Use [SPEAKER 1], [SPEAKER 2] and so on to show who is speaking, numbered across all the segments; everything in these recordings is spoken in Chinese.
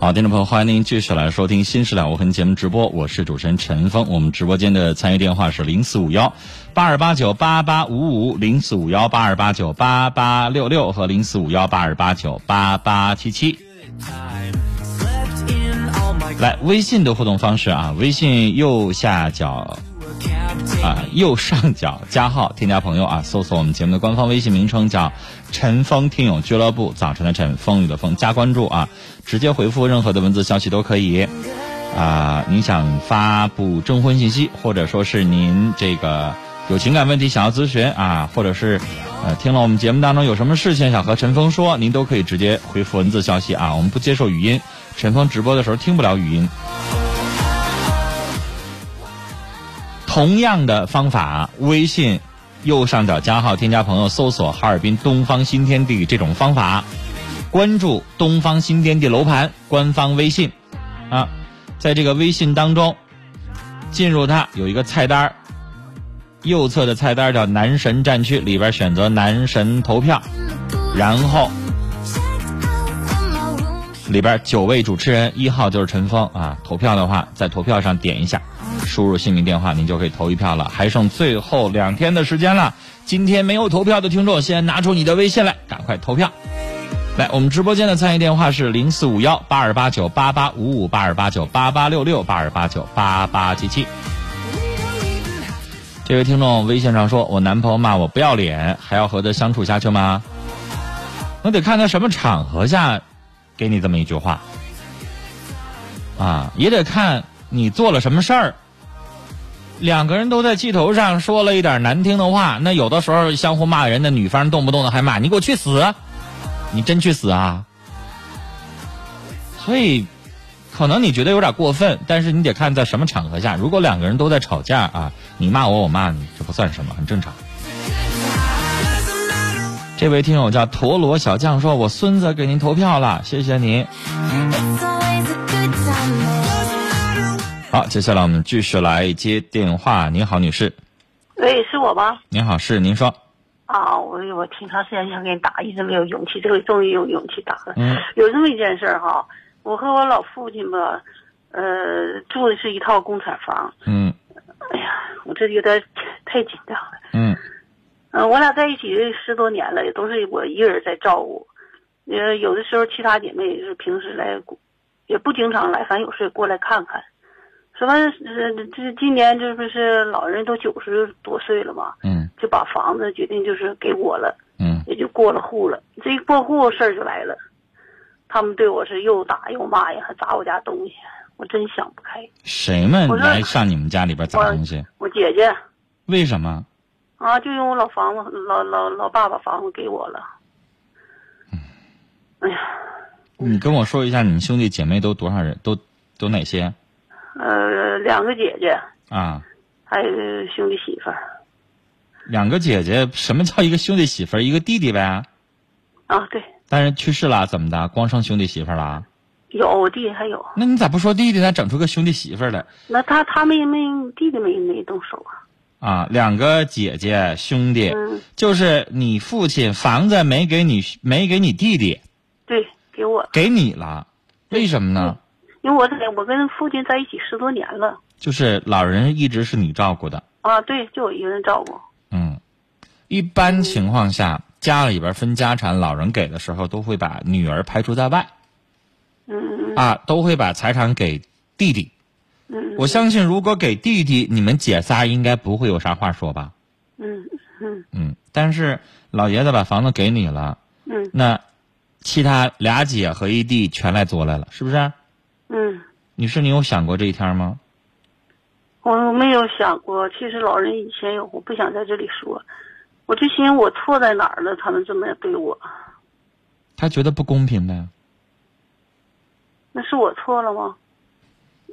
[SPEAKER 1] 好，听众朋友，欢迎您继续来收听《新事了无痕》节目直播，我是主持人陈峰。我们直播间的参与电话是零四五幺八二八九八八五五、零四五幺八二八九八八六六和零四五幺八二八九八八七七。来，微信的互动方式啊，微信右下角。啊，右上角加号添加朋友啊，搜索我们节目的官方微信名称叫“陈峰听友俱乐部”，早晨的晨，风雨的风，加关注啊，直接回复任何的文字消息都可以。啊，您想发布征婚信息，或者说是您这个有情感问题想要咨询啊，或者是呃听了我们节目当中有什么事情想和陈峰说，您都可以直接回复文字消息啊，我们不接受语音，陈峰直播的时候听不了语音。同样的方法，微信右上角加号添加朋友，搜索“哈尔滨东方新天地”这种方法，关注“东方新天地”楼盘官方微信啊，在这个微信当中进入它有一个菜单儿，右侧的菜单叫“男神战区”，里边选择“男神投票”，然后里边九位主持人，一号就是陈峰啊，投票的话在投票上点一下。输入姓名、电话，您就可以投一票了。还剩最后两天的时间了，今天没有投票的听众，先拿出你的微信来，赶快投票。来，我们直播间的参与电话是零四五幺八二八九八八五五八二八九八八六六八二八九八八七七。这位听众微信上说：“我男朋友骂我不要脸，还要和他相处下去吗？”那得看他什么场合下给你这么一句话啊，也得看你做了什么事儿。两个人都在气头上说了一点难听的话，那有的时候相互骂人的女方动不动的还骂你给我去死，啊你真去死啊！所以，可能你觉得有点过分，但是你得看在什么场合下。如果两个人都在吵架啊，你骂我我骂你，这不算什么，很正常。这位听友叫陀螺小将说：“我孙子给您投票了，谢谢您。”好，接下来我们继续来接电话。您好，女士。
[SPEAKER 2] 喂，是我吗？
[SPEAKER 1] 您好，是您说。
[SPEAKER 2] 啊，我我挺长时间想给你打，一直没有勇气，这回终于有勇气打了。嗯。有这么一件事儿哈，我和我老父亲吧，呃，住的是一套公产房。
[SPEAKER 1] 嗯。
[SPEAKER 2] 哎呀，我这有点太紧张了。
[SPEAKER 1] 嗯。
[SPEAKER 2] 嗯、呃，我俩在一起十多年了，也都是我一个人在照顾。呃，有的时候其他姐妹也是平时来，也不经常来，反正有事过来看看。说完，这这今年这不是老人都九十多岁了嘛，
[SPEAKER 1] 嗯，
[SPEAKER 2] 就把房子决定就是给我了，
[SPEAKER 1] 嗯，
[SPEAKER 2] 也就过了户了。这一过户事儿就来了，他们对我是又打又骂呀，还砸我家东西，我真想不开。
[SPEAKER 1] 谁们来上你们家里边砸东西？
[SPEAKER 2] 我姐姐。
[SPEAKER 1] 为什么？
[SPEAKER 2] 啊，就用我老房子、老老老爸把房子给我了。
[SPEAKER 1] 嗯。
[SPEAKER 2] 哎呀。
[SPEAKER 1] 你跟我说一下，你们兄弟姐妹都多少人？都都哪些？
[SPEAKER 2] 呃，两个姐姐
[SPEAKER 1] 啊，
[SPEAKER 2] 还有兄弟媳妇儿。
[SPEAKER 1] 两个姐姐，什么叫一个兄弟媳妇儿，一个弟弟呗？
[SPEAKER 2] 啊，对。
[SPEAKER 1] 但是去世了，怎么的？光剩兄弟媳妇儿了？
[SPEAKER 2] 有，我弟弟还有。
[SPEAKER 1] 那你咋不说弟弟呢？整出个兄弟媳妇儿来？
[SPEAKER 2] 那他他没没弟弟没没动手啊？
[SPEAKER 1] 啊，两个姐姐兄弟，
[SPEAKER 2] 嗯、
[SPEAKER 1] 就是你父亲房子没给你，没给你弟弟。
[SPEAKER 2] 对，给我。
[SPEAKER 1] 给你了，为什么
[SPEAKER 2] 嗯
[SPEAKER 1] 呢？
[SPEAKER 2] 因为我在我跟父亲在一起十多年了，
[SPEAKER 1] 就是老人一直是你照顾的
[SPEAKER 2] 啊，对，就我一个人照顾。
[SPEAKER 1] 嗯，一般情况下，家里边分家产，老人给的时候都会把女儿排除在外，
[SPEAKER 2] 嗯
[SPEAKER 1] 啊，都会把财产给弟弟。
[SPEAKER 2] 嗯，
[SPEAKER 1] 我相信，如果给弟弟，你们姐仨应该不会有啥话说吧？
[SPEAKER 2] 嗯嗯
[SPEAKER 1] 嗯，但是老爷子把房子给你了，
[SPEAKER 2] 嗯，
[SPEAKER 1] 那其他俩姐和一弟全来作来了，是不是？
[SPEAKER 2] 嗯，
[SPEAKER 1] 女士，你有想过这一天吗？
[SPEAKER 2] 我没有想过，其实老人以前有，我不想在这里说，我就寻思我错在哪儿了，他们这么对我，
[SPEAKER 1] 他觉得不公平呗。
[SPEAKER 2] 那是我错了吗？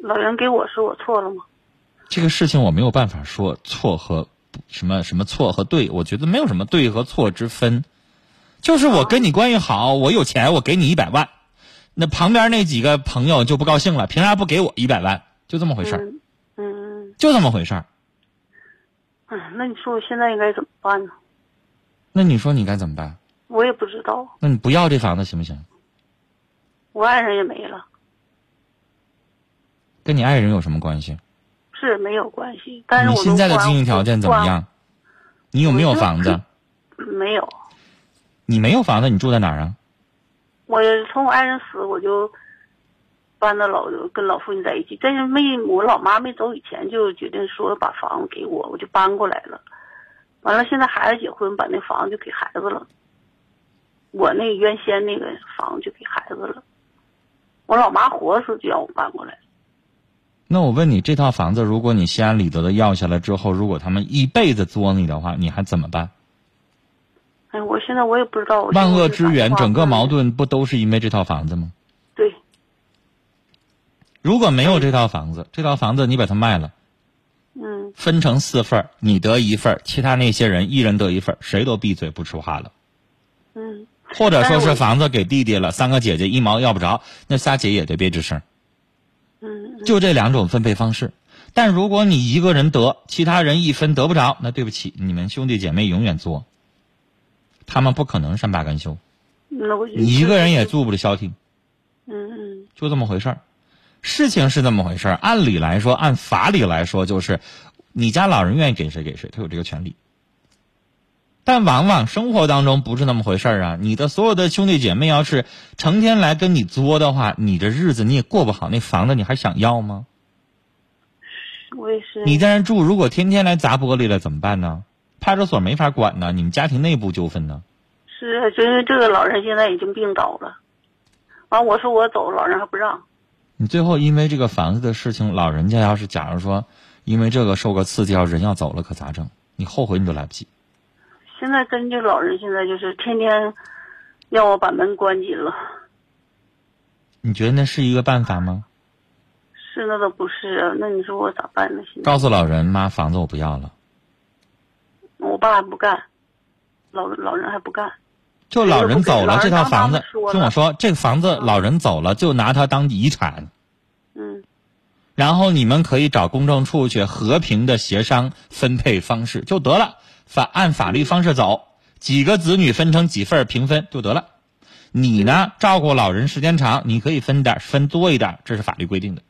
[SPEAKER 2] 老人给我是我错了吗？
[SPEAKER 1] 这个事情我没有办法说错和什么什么错和对，我觉得没有什么对和错之分，就是我跟你关系好，我有钱，我给你一百万，那旁边那几个朋友就不高兴了，凭啥不给我一百万？就这么回事儿，
[SPEAKER 2] 嗯嗯
[SPEAKER 1] 就这么回事儿。
[SPEAKER 2] 嗯，那你说我现在应该怎么办呢？
[SPEAKER 1] 那你说你该怎么办？
[SPEAKER 2] 我也不知道，
[SPEAKER 1] 那你不要这房子行不行？
[SPEAKER 2] 我爱人也没了，
[SPEAKER 1] 跟你爱人有什么关系？
[SPEAKER 2] 是没有关系。但是
[SPEAKER 1] 你
[SPEAKER 2] 我
[SPEAKER 1] 现在的经济条件怎么样？？你有没有房
[SPEAKER 2] 我
[SPEAKER 1] 子？
[SPEAKER 2] 没有，
[SPEAKER 1] 你没有房子，你住在哪儿啊？
[SPEAKER 2] 我从我爱人死我就搬到老跟老父亲在一起，但是没我老妈没走以前就决定说把房子给我，我就搬过来了。完了，现在孩子结婚，把那房子就给孩子了。我那原先那个房子就给孩子了。我老妈活的时候就让我搬过来，
[SPEAKER 1] 那我问你，这套房子如果你心安理得的要下来之后，如果他们一辈子作你的话，你还怎么办？
[SPEAKER 2] 哎，我现在我也不知道。我
[SPEAKER 1] 万
[SPEAKER 2] 现在
[SPEAKER 1] 恶
[SPEAKER 2] 是
[SPEAKER 1] 之源，
[SPEAKER 2] 咋
[SPEAKER 1] 整个
[SPEAKER 2] 办
[SPEAKER 1] 矛盾不都是因为这套房子吗？
[SPEAKER 2] 对，
[SPEAKER 1] 如果没有这套房子，这套房子你把它卖了，
[SPEAKER 2] 嗯
[SPEAKER 1] 分成四份儿，你得一份儿，其他那些人一人得一份儿，谁都闭嘴不说话了。
[SPEAKER 2] 嗯，
[SPEAKER 1] 或者说
[SPEAKER 2] 但是
[SPEAKER 1] 是
[SPEAKER 2] 我
[SPEAKER 1] 房子给弟弟了，三个姐姐一毛要不着，那仨姐也得别吱声。
[SPEAKER 2] 嗯，
[SPEAKER 1] 就这两种分配方式。但如果你一个人得，其他人一分得不着，那对不起，你们兄弟姐妹永远作，他们不可能善罢甘休，
[SPEAKER 2] 那我就
[SPEAKER 1] 你一个人也做不了消停，
[SPEAKER 2] 嗯嗯
[SPEAKER 1] 就这么回事儿。事情是这么回事儿，按理来说，按法理来说，就是你家老人愿意给谁给谁，他有这个权利。但往往生活当中不是那么回事儿啊！你的所有的兄弟姐妹要是成天来跟你作的话，你这日子你也过不好，那房子你还想要吗？
[SPEAKER 2] 我也是。
[SPEAKER 1] 你在那住，如果天天来砸玻璃了怎么办呢？派出所没法管呢，你们家庭内部纠纷呢。
[SPEAKER 2] 是啊，就因为这个老人现在已经病倒了。完，我说我走，老人还不让。
[SPEAKER 1] 你最后因为这个房子的事情，老人家要是假如说因为这个受个刺激，要人要走了，可咋整？你后悔你都来不及。
[SPEAKER 2] 现在跟这老人现在就是天天让我把门关紧了，
[SPEAKER 1] 你觉得那是一个办法吗？
[SPEAKER 2] 是那都不是啊。那你说我咋办呢？现在
[SPEAKER 1] 告诉老人妈，房子我不要了。
[SPEAKER 2] 我爸还不干，老老人还不干。
[SPEAKER 1] 就老人走了，
[SPEAKER 2] 老
[SPEAKER 1] 这
[SPEAKER 2] 人
[SPEAKER 1] 套
[SPEAKER 2] 当
[SPEAKER 1] 房子
[SPEAKER 2] 他们说，了
[SPEAKER 1] 听我说，这个房子老人走了，就拿它当遗产，
[SPEAKER 2] 嗯
[SPEAKER 1] 然后你们可以找公证处去和平的协商分配方式就得了，法按法律方式走，几个子女分成几份儿平分就得了。你呢，照顾老人时间长，你可以分点儿分多一点儿，这是法律规定的，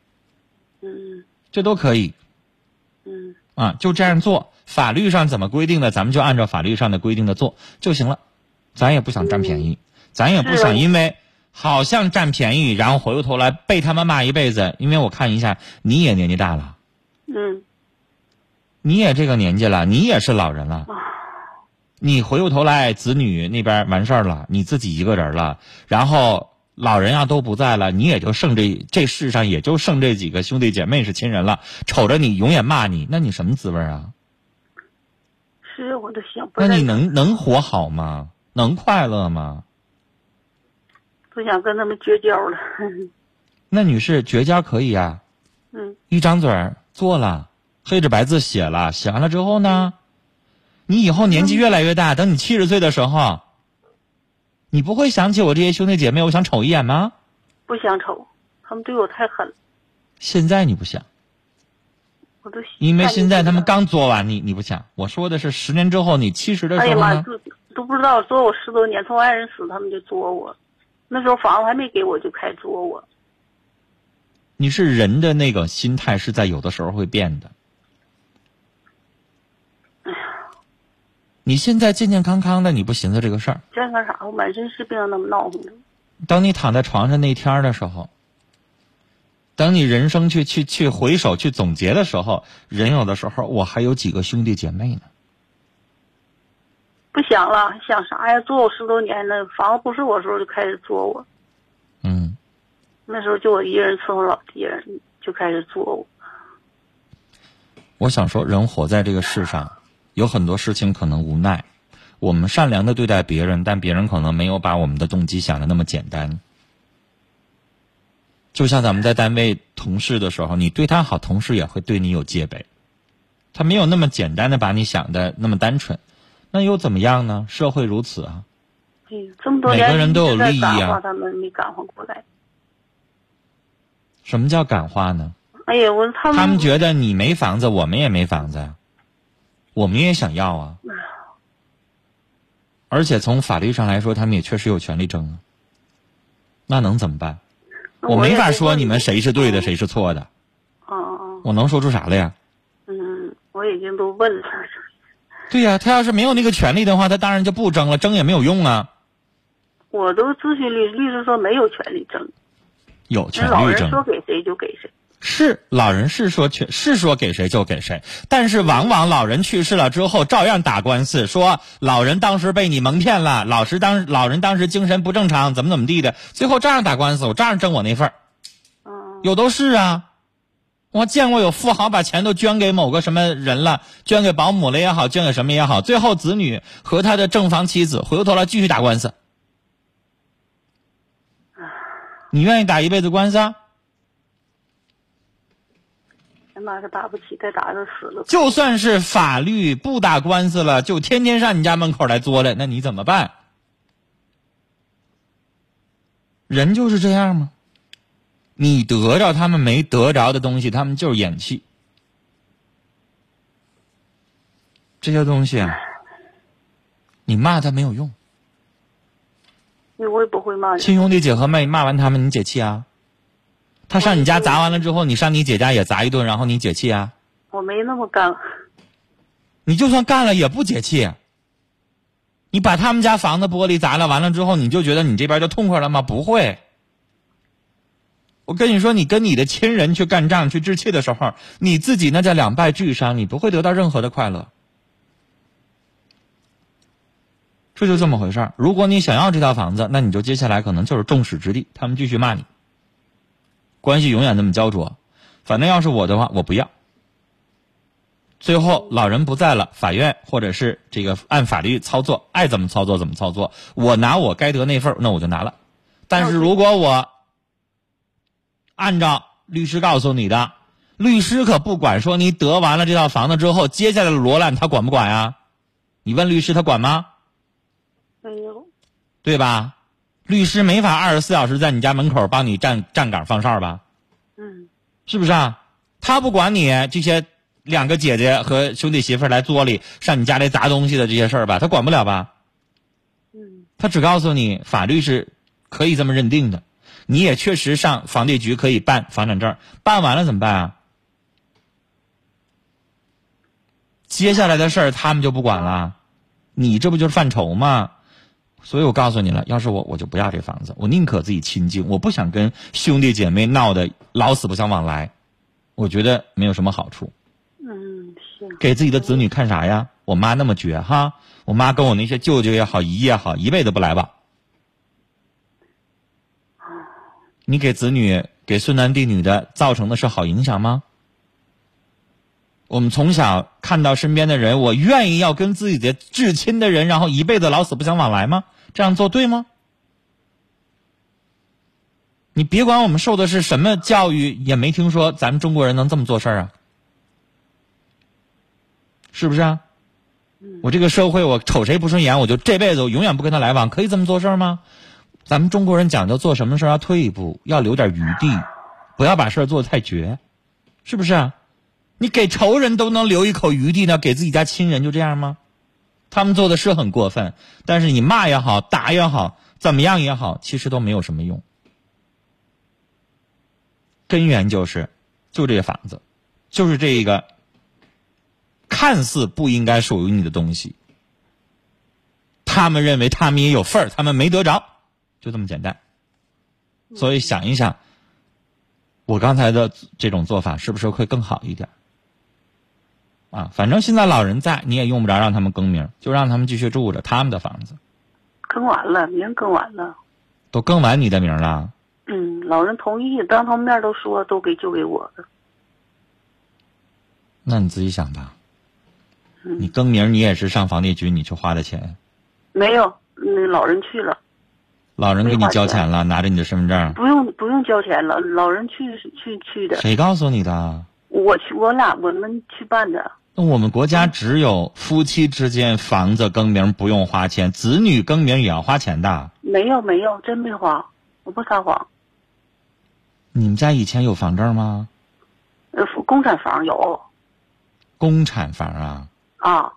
[SPEAKER 2] 嗯
[SPEAKER 1] 这都可以
[SPEAKER 2] 嗯
[SPEAKER 1] 啊，就这样做。法律上怎么规定的，咱们就按照法律上的规定的做就行了。咱也不想占便宜，咱也不
[SPEAKER 2] 是
[SPEAKER 1] 想因为好像占便宜，然后回过头来被他们骂一辈子。因为我看一下，你也年纪大了。
[SPEAKER 2] 嗯
[SPEAKER 1] 你也这个年纪了，你也是老人了，你回过头来，子女那边完事儿了，你自己一个人了，然后老人呀、都不在了，你也就剩这这世上也就剩这几个兄弟姐妹是亲人了，瞅着你永远骂你，那你什么滋味儿啊？
[SPEAKER 2] 是啊我都想不
[SPEAKER 1] 那
[SPEAKER 2] 是
[SPEAKER 1] 你能能活好吗？能快乐吗？
[SPEAKER 2] 不想跟他们绝交了。
[SPEAKER 1] 那女士绝交可以啊，
[SPEAKER 2] 嗯
[SPEAKER 1] 一张嘴儿做了，黑着白字写了，写完了之后呢，你以后年纪越来越大，等你七十岁的时候，你不会想起我这些兄弟姐妹，我想瞅一眼吗？
[SPEAKER 2] 不想瞅，他们对我太狠了，
[SPEAKER 1] 现在你不想，
[SPEAKER 2] 我都
[SPEAKER 1] 因为现在他们
[SPEAKER 2] 刚。
[SPEAKER 1] 刚作完你，你不想。我说的是十年之后你七十的
[SPEAKER 2] 哎
[SPEAKER 1] 时
[SPEAKER 2] 呀
[SPEAKER 1] 候
[SPEAKER 2] 妈，
[SPEAKER 1] 呢，
[SPEAKER 2] 就都不知道作我十多年，从我爱人死他们就作我，那时候房子还没给我就开始作我，
[SPEAKER 1] 你是人的那个心态是在有的时候会变的。你现在健健康康的，你不寻思这个事儿。
[SPEAKER 2] 这样干啥？我满身是病，那么闹哄的，
[SPEAKER 1] 当你躺在床上那天儿的时候，等你人生去去去回首去总结的时候，人有的时候我还有几个兄弟姐妹呢。
[SPEAKER 2] 不想了，想啥呀？作我十多年，那房子不是我的时候就开始作我，
[SPEAKER 1] 嗯，
[SPEAKER 2] 那时候就我一个人伺候老爹人，就开始作我。
[SPEAKER 1] 我想说，人活在这个世上，有很多事情可能无奈。我们善良的对待别人，但别人可能没有把我们的动机想的那么简单。就像咱们在单位同事的时候，你对他好，同事也会对你有戒备。他没有那么简单的把你想的那么单纯，那又怎么样呢？社会如此啊。
[SPEAKER 2] 哎呀，这么多年
[SPEAKER 1] 每个人都有
[SPEAKER 2] 一直在
[SPEAKER 1] 利益啊
[SPEAKER 2] 感化他们没感化过来，
[SPEAKER 1] 什么叫感化呢？
[SPEAKER 2] 哎呀，我他们
[SPEAKER 1] 他们觉得你没房子，我们也没房子呀，我们也想要啊。而且从法律上来说，他们也确实有权利争啊。那能怎么办？我没法说你们谁是对的，谁是错的。
[SPEAKER 2] 嗯嗯
[SPEAKER 1] 我能说出啥来呀？
[SPEAKER 2] 嗯，我已经都问了，
[SPEAKER 1] 对呀、他要是没有那个权利的话，他当然就不争了，争也没有用啊。
[SPEAKER 2] 我都咨询律律师说没有权利争，
[SPEAKER 1] 有
[SPEAKER 2] 那
[SPEAKER 1] 权
[SPEAKER 2] 老
[SPEAKER 1] 利
[SPEAKER 2] 人
[SPEAKER 1] 争
[SPEAKER 2] 说给谁就给谁。
[SPEAKER 1] 是老人是说去是说给谁就给谁，但是往往老人去世了之后，照样打官司，说老人当时被你蒙骗了，老师当老人当时精神不正常，怎么怎么地的，最后照样打官司，我照样争我那份儿
[SPEAKER 2] 嗯
[SPEAKER 1] 有都是啊。我见过有富豪把钱都捐给某个什么人了，捐给保姆了也好，捐给什么也好，最后子女和他的正房妻子回过头来继续打官司。你愿意打一辈子官司啊？
[SPEAKER 2] 哎妈，这打不起，再打就死了。
[SPEAKER 1] 就算是法律不打官司了，就天天上你家门口来作来，那你怎么办？人就是这样吗？你得着他们没得着的东西，他们就是演戏。这些东西啊，你骂他没有用。
[SPEAKER 2] 因为我也不会骂人。
[SPEAKER 1] 亲兄弟姐和妹骂完他们，你解气啊。他上你家砸完了之后，你上你姐家也砸一顿，然后你解气啊。
[SPEAKER 2] 我没那么干。
[SPEAKER 1] 你就算干了也不解气。你把他们家房子玻璃砸了，完了之后，你就觉得你这边就痛快了吗？不会。我跟你说，你跟你的亲人去干仗、去置气的时候，你自己那叫两败俱伤，你不会得到任何的快乐。这就这么回事儿。如果你想要这套房子，那你就接下来可能就是众矢之的，他们继续骂你，关系永远那么焦灼。反正要是我的话，我不要。最后老人不在了，法院或者是这个按法律操作，爱怎么操作怎么操作。我拿我该得那份儿，那我就拿了。但是如果我按照律师告诉你的，律师可不管说你得完了这套房子之后，接下来的罗烂他管不管啊？你问律师他管吗？
[SPEAKER 2] 没有，
[SPEAKER 1] 对吧？律师没法二十四小时在你家门口帮你站站岗放哨吧？
[SPEAKER 2] 嗯，
[SPEAKER 1] 是不是啊？他不管你这些两个姐姐和兄弟媳妇儿来作里上你家里砸东西的这些事儿吧，他管不了吧？
[SPEAKER 2] 嗯，
[SPEAKER 1] 他只告诉你法律是可以这么认定的，你也确实上房地局可以办房产证，办完了怎么办啊？接下来的事儿他们就不管了，你这不就是犯愁吗？所以我告诉你了，要是我我就不要这房子，我宁可自己亲近，我不想跟兄弟姐妹闹得老死不相往来，我觉得没有什么好处。
[SPEAKER 2] 嗯，行，
[SPEAKER 1] 给自己的子女看啥呀？我妈那么绝哈，我妈跟我那些舅舅也好，姨也好，一辈子不来往。你给子女、给孙男弟女的造成的是好影响吗？我们从小看到身边的人，我愿意要跟自己的至亲的人，然后一辈子老死不相往来吗？这样做对吗？你别管我们受的是什么教育，也没听说咱们中国人能这么做事儿啊。是不是啊？我这个社会，我瞅谁不顺眼，我就这辈子我永远不跟他来往，可以这么做事儿吗？咱们中国人讲究做什么事儿要退一步，要留点余地，不要把事儿做得太绝，是不是啊？你给仇人都能留一口余地呢，给自己家亲人就这样吗？他们做的是很过分，但是你骂也好，打也好，怎么样也好，其实都没有什么用。根源就是，就这个房子，就是这个看似不应该属于你的东西，他们认为他们也有份儿，他们没得着，就这么简单。
[SPEAKER 2] 嗯
[SPEAKER 1] 所以想一想，我刚才的这种做法是不是会更好一点？啊，反正现在老人在，你也用不着让他们更名，就让他们继续住着他们的房子，
[SPEAKER 2] 更完了，名更完了。
[SPEAKER 1] 都更完你的名了。
[SPEAKER 2] 嗯，老人同意，当头面都说都给就给我了。
[SPEAKER 1] 那你自己想吧，你
[SPEAKER 2] 嗯，
[SPEAKER 1] 更名你也是上房地局你去花的钱，
[SPEAKER 2] 没有，那老人去了，
[SPEAKER 1] 老人给你
[SPEAKER 2] 没花
[SPEAKER 1] 交
[SPEAKER 2] 钱
[SPEAKER 1] 钱了，拿着你的身份证，
[SPEAKER 2] 不用不用交钱了，老人去去去的，
[SPEAKER 1] 谁告诉你的啊？
[SPEAKER 2] 我去，我俩我们去办的。
[SPEAKER 1] 那我们国家只有夫妻之间房子更名不用花钱，子女更名也要花钱的。
[SPEAKER 2] 没有没有，真没花，我不撒谎。
[SPEAKER 1] 你们家以前有房证吗？
[SPEAKER 2] 呃，公产房有
[SPEAKER 1] 公产房啊？
[SPEAKER 2] 啊，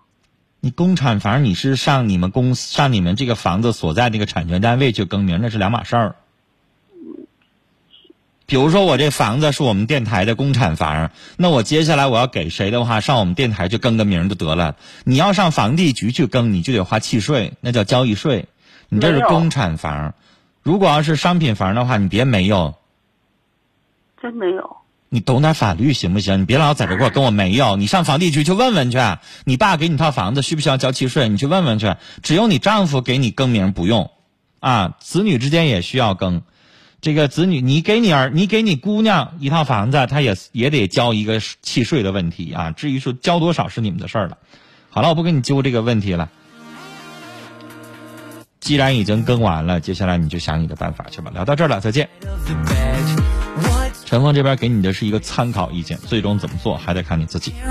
[SPEAKER 1] 你公产房你是上你们公司上你们这个房子所在那个产权单位去更名，那是两码事儿。比如说我这房子是我们电台的公产房，那我接下来我要给谁的话，上我们电台去更个名就得了。你要上房地局去更，你就得花契税，那叫交易税。你这是
[SPEAKER 2] 没有
[SPEAKER 1] 公产房，如果要是商品房的话，你别没有，
[SPEAKER 2] 真没有。
[SPEAKER 1] 你懂点法律行不行？你别老在这块儿跟我没有，你上房地局去问问去，你爸给你套房子需不需要交契税？你去问问去。只有你丈夫给你更名不用，啊，子女之间也需要更。这个子女，你给你儿，你给你姑娘一套房子，她也也得交一个契税的问题啊。至于说交多少是你们的事儿了。好了，我不跟你揪这个问题了。既然已经更完了，接下来你就想你的办法去吧。聊到这儿了，再见。陈峰这边给你的是一个参考意见，最终怎么做还得看你自己。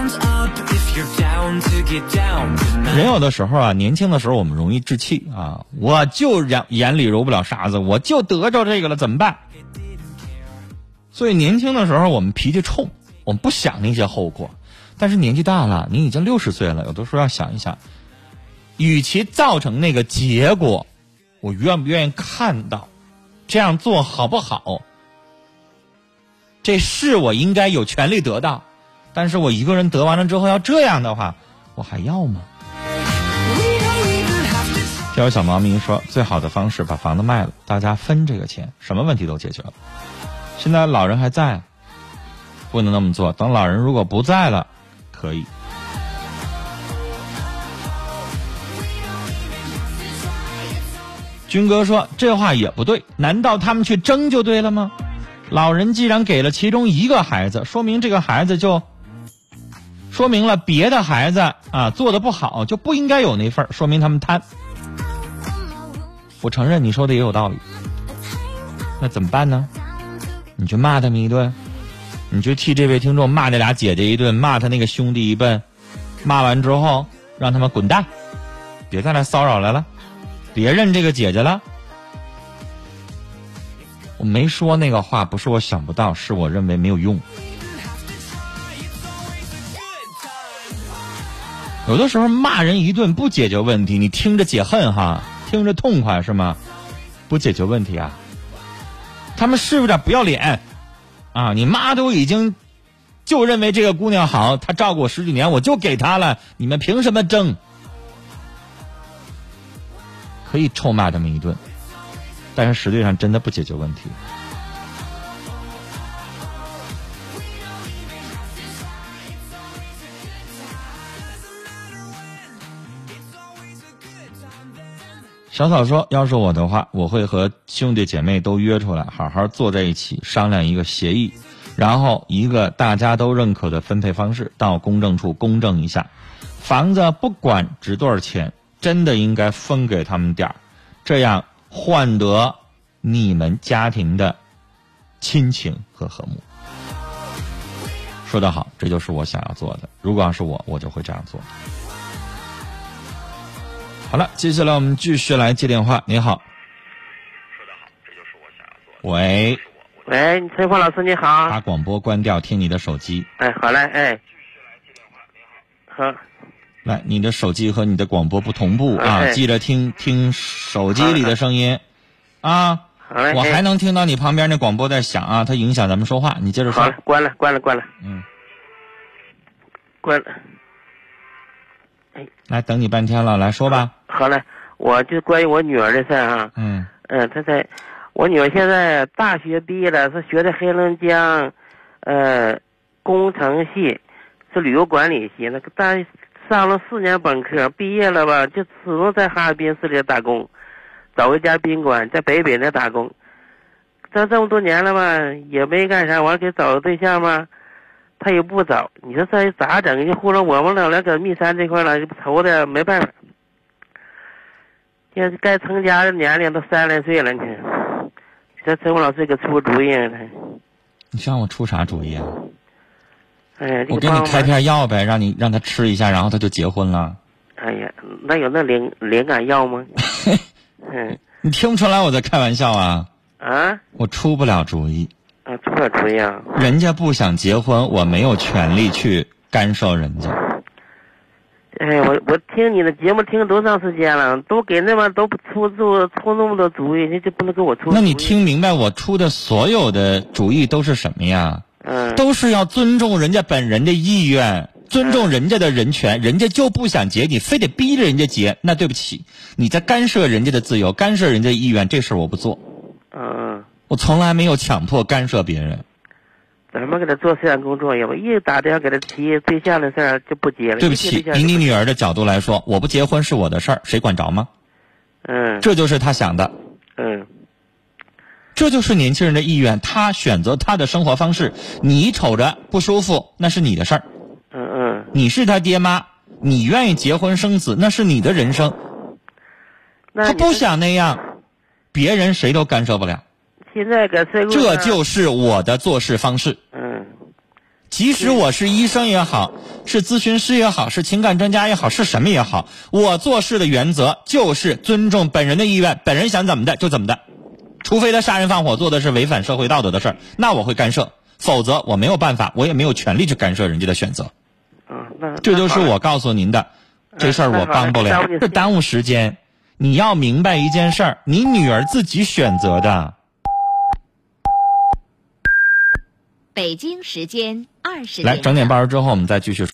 [SPEAKER 1] 人有的时候啊，年轻的时候我们容易置气啊，我就眼眼里揉不了沙子，我就得着这个了，怎么办？所以年轻的时候我们脾气冲，我们不想那些后果。但是年纪大了，你已经六十岁了，有的时候要想一想，与其造成那个结果，我愿不愿意看到？这样做好不好？这是我应该有权利得到，但是我一个人得完了之后要这样的话，我还要吗？这位小猫咪说，最好的方式把房子卖了，大家分这个钱，什么问题都解决了。现在老人还在，不能那么做。等老人如果不在了，可以。军哥说这话也不对，难道他们去争就对了吗？老人既然给了其中一个孩子，说明这个孩子就，说明了别的孩子啊做的不好就不应该有那份儿，说明他们贪。我承认你说的也有道理，那怎么办呢？你去骂他们一顿，你就替这位听众骂那俩姐姐一顿，骂他那个兄弟一顿，骂完之后让他们滚蛋，别再来骚扰来了，别认这个姐姐了。我没说那个话，不是我想不到，是我认为没有用。有的时候骂人一顿不解决问题，你听着解恨哈，听着痛快是吗？不解决问题啊，他们是有点不要脸啊！你妈都已经就认为这个姑娘好，她照顾我十几年，我就给她了，你们凭什么争？可以臭骂他们一顿，但是实际上真的不解决问题。小草说：“要是我的话，我会和兄弟姐妹都约出来，好好坐在一起商量一个协议，然后一个大家都认可的分配方式，到公证处公证一下。房子不管值多少钱，真的应该分给他们点儿，这样换得你们家庭的亲情和和睦。”说得好，这就是我想要做的。如果要是我，我就会这样做。好了，接下来我们继续来接电话。你好，喂，
[SPEAKER 3] 喂，你陈峰老师你好。
[SPEAKER 1] 把广播关掉，听你的手机。
[SPEAKER 3] 哎，好嘞，哎。好，
[SPEAKER 1] 来，你的手机和你的广播不同步啊，
[SPEAKER 3] 哎
[SPEAKER 1] 记着听听手机里的声音啊。
[SPEAKER 3] 好嘞。
[SPEAKER 1] 我
[SPEAKER 3] 哎
[SPEAKER 1] 还能听到你旁边那广播在响啊，它影响咱们说话。你接着
[SPEAKER 3] 好
[SPEAKER 1] 说
[SPEAKER 3] 了，，关了，关了，关了，
[SPEAKER 1] 嗯，
[SPEAKER 3] 关了。
[SPEAKER 1] 来等你半天了，来说吧。
[SPEAKER 3] 好嘞，我就关于我女儿的事儿啊，
[SPEAKER 1] 嗯，
[SPEAKER 3] 嗯，她在，我女儿现在大学毕业了，是学的黑龙江，呃，工程系，是旅游管理系，那个大上了四年本科，毕业了吧，就始终在哈尔滨市里打工，找一家宾馆，在北北那打工，这这么多年了吧，也没干啥，完了给找个对象吧，他也不找，你说这咋整？就糊弄我们了，来搁密山这块了，就愁的没办法。现在该成家的年龄都三十来岁了，你看，这陈武老师给出主意了。
[SPEAKER 1] 你让我出啥主意啊？
[SPEAKER 3] 哎呀，
[SPEAKER 1] 我
[SPEAKER 3] 这
[SPEAKER 1] 给
[SPEAKER 3] 个
[SPEAKER 1] 你
[SPEAKER 3] 帮
[SPEAKER 1] 开
[SPEAKER 3] 忙
[SPEAKER 1] 片药呗，让你让他吃一下，然后他就结婚了。
[SPEAKER 3] 哎呀，那有那灵灵感 药吗？嗯
[SPEAKER 1] 你听不出来我在开玩笑啊？
[SPEAKER 3] 啊
[SPEAKER 1] 我出不了主意，
[SPEAKER 3] 啊，出可吹呀、
[SPEAKER 1] 人家不想结婚，我没有权利去干涉人家。
[SPEAKER 3] 哎，我我听你的节目听多长时间了，都给那帮都出出出那么多主意，你就不能给我出？
[SPEAKER 1] 那你，听明白我出的所有的主意都是什么呀？
[SPEAKER 3] 嗯，
[SPEAKER 1] 都是要尊重人家本人的意愿，尊重人家的人权，人家就不想结，你非得逼着人家结，那对不起，你在干涉人家的自由，干涉人家的意愿，这事儿我不做，
[SPEAKER 3] 嗯，
[SPEAKER 1] 我从来没有强迫干涉别人，
[SPEAKER 3] 怎么给他做思想工作呀？我一打电话给他提对象的事儿就不接了。
[SPEAKER 1] 对不
[SPEAKER 3] 一
[SPEAKER 1] 起
[SPEAKER 3] 提对，象
[SPEAKER 1] 以
[SPEAKER 3] 就
[SPEAKER 1] 你
[SPEAKER 3] 不
[SPEAKER 1] 女儿的角度来说，我不结婚是我的事儿，谁管着吗？
[SPEAKER 3] 嗯
[SPEAKER 1] 这就是她想的，
[SPEAKER 3] 嗯
[SPEAKER 1] 这就是年轻人的意愿，他选择他的生活方式，你瞅着不舒服，那是你的事儿，
[SPEAKER 3] 嗯嗯，
[SPEAKER 1] 你是他爹妈，你愿意结婚生子，那是你的人生，
[SPEAKER 3] 那
[SPEAKER 1] 他
[SPEAKER 3] 你
[SPEAKER 1] 不
[SPEAKER 3] 说
[SPEAKER 1] 想那样，别人谁都干涉不了。
[SPEAKER 3] 现在搁社会
[SPEAKER 1] 这
[SPEAKER 3] 上
[SPEAKER 1] 就是我的做事方式。
[SPEAKER 3] 嗯
[SPEAKER 1] 即使我是医生也好，是咨询师也好，是情感专家也好，是什么也好，我做事的原则就是尊重本人的意愿，本人想怎么的就怎么的。除非他杀人放火做的是违反社会道德的事儿，那我会干涉；否则我没有办法，我也没有权利去干涉人家的选择。
[SPEAKER 3] 啊，那
[SPEAKER 1] 这就是
[SPEAKER 3] 那好了嗯
[SPEAKER 1] 我告诉您的，这事儿我帮不
[SPEAKER 3] 那好
[SPEAKER 1] 了
[SPEAKER 3] 了那耽误你时，
[SPEAKER 1] 这耽误
[SPEAKER 3] 间
[SPEAKER 1] 时间。你要明白一件事儿，你女儿自己选择的。
[SPEAKER 4] 北京时间二十
[SPEAKER 1] 来，
[SPEAKER 4] 点
[SPEAKER 1] 整点报时之后，我们再继续说。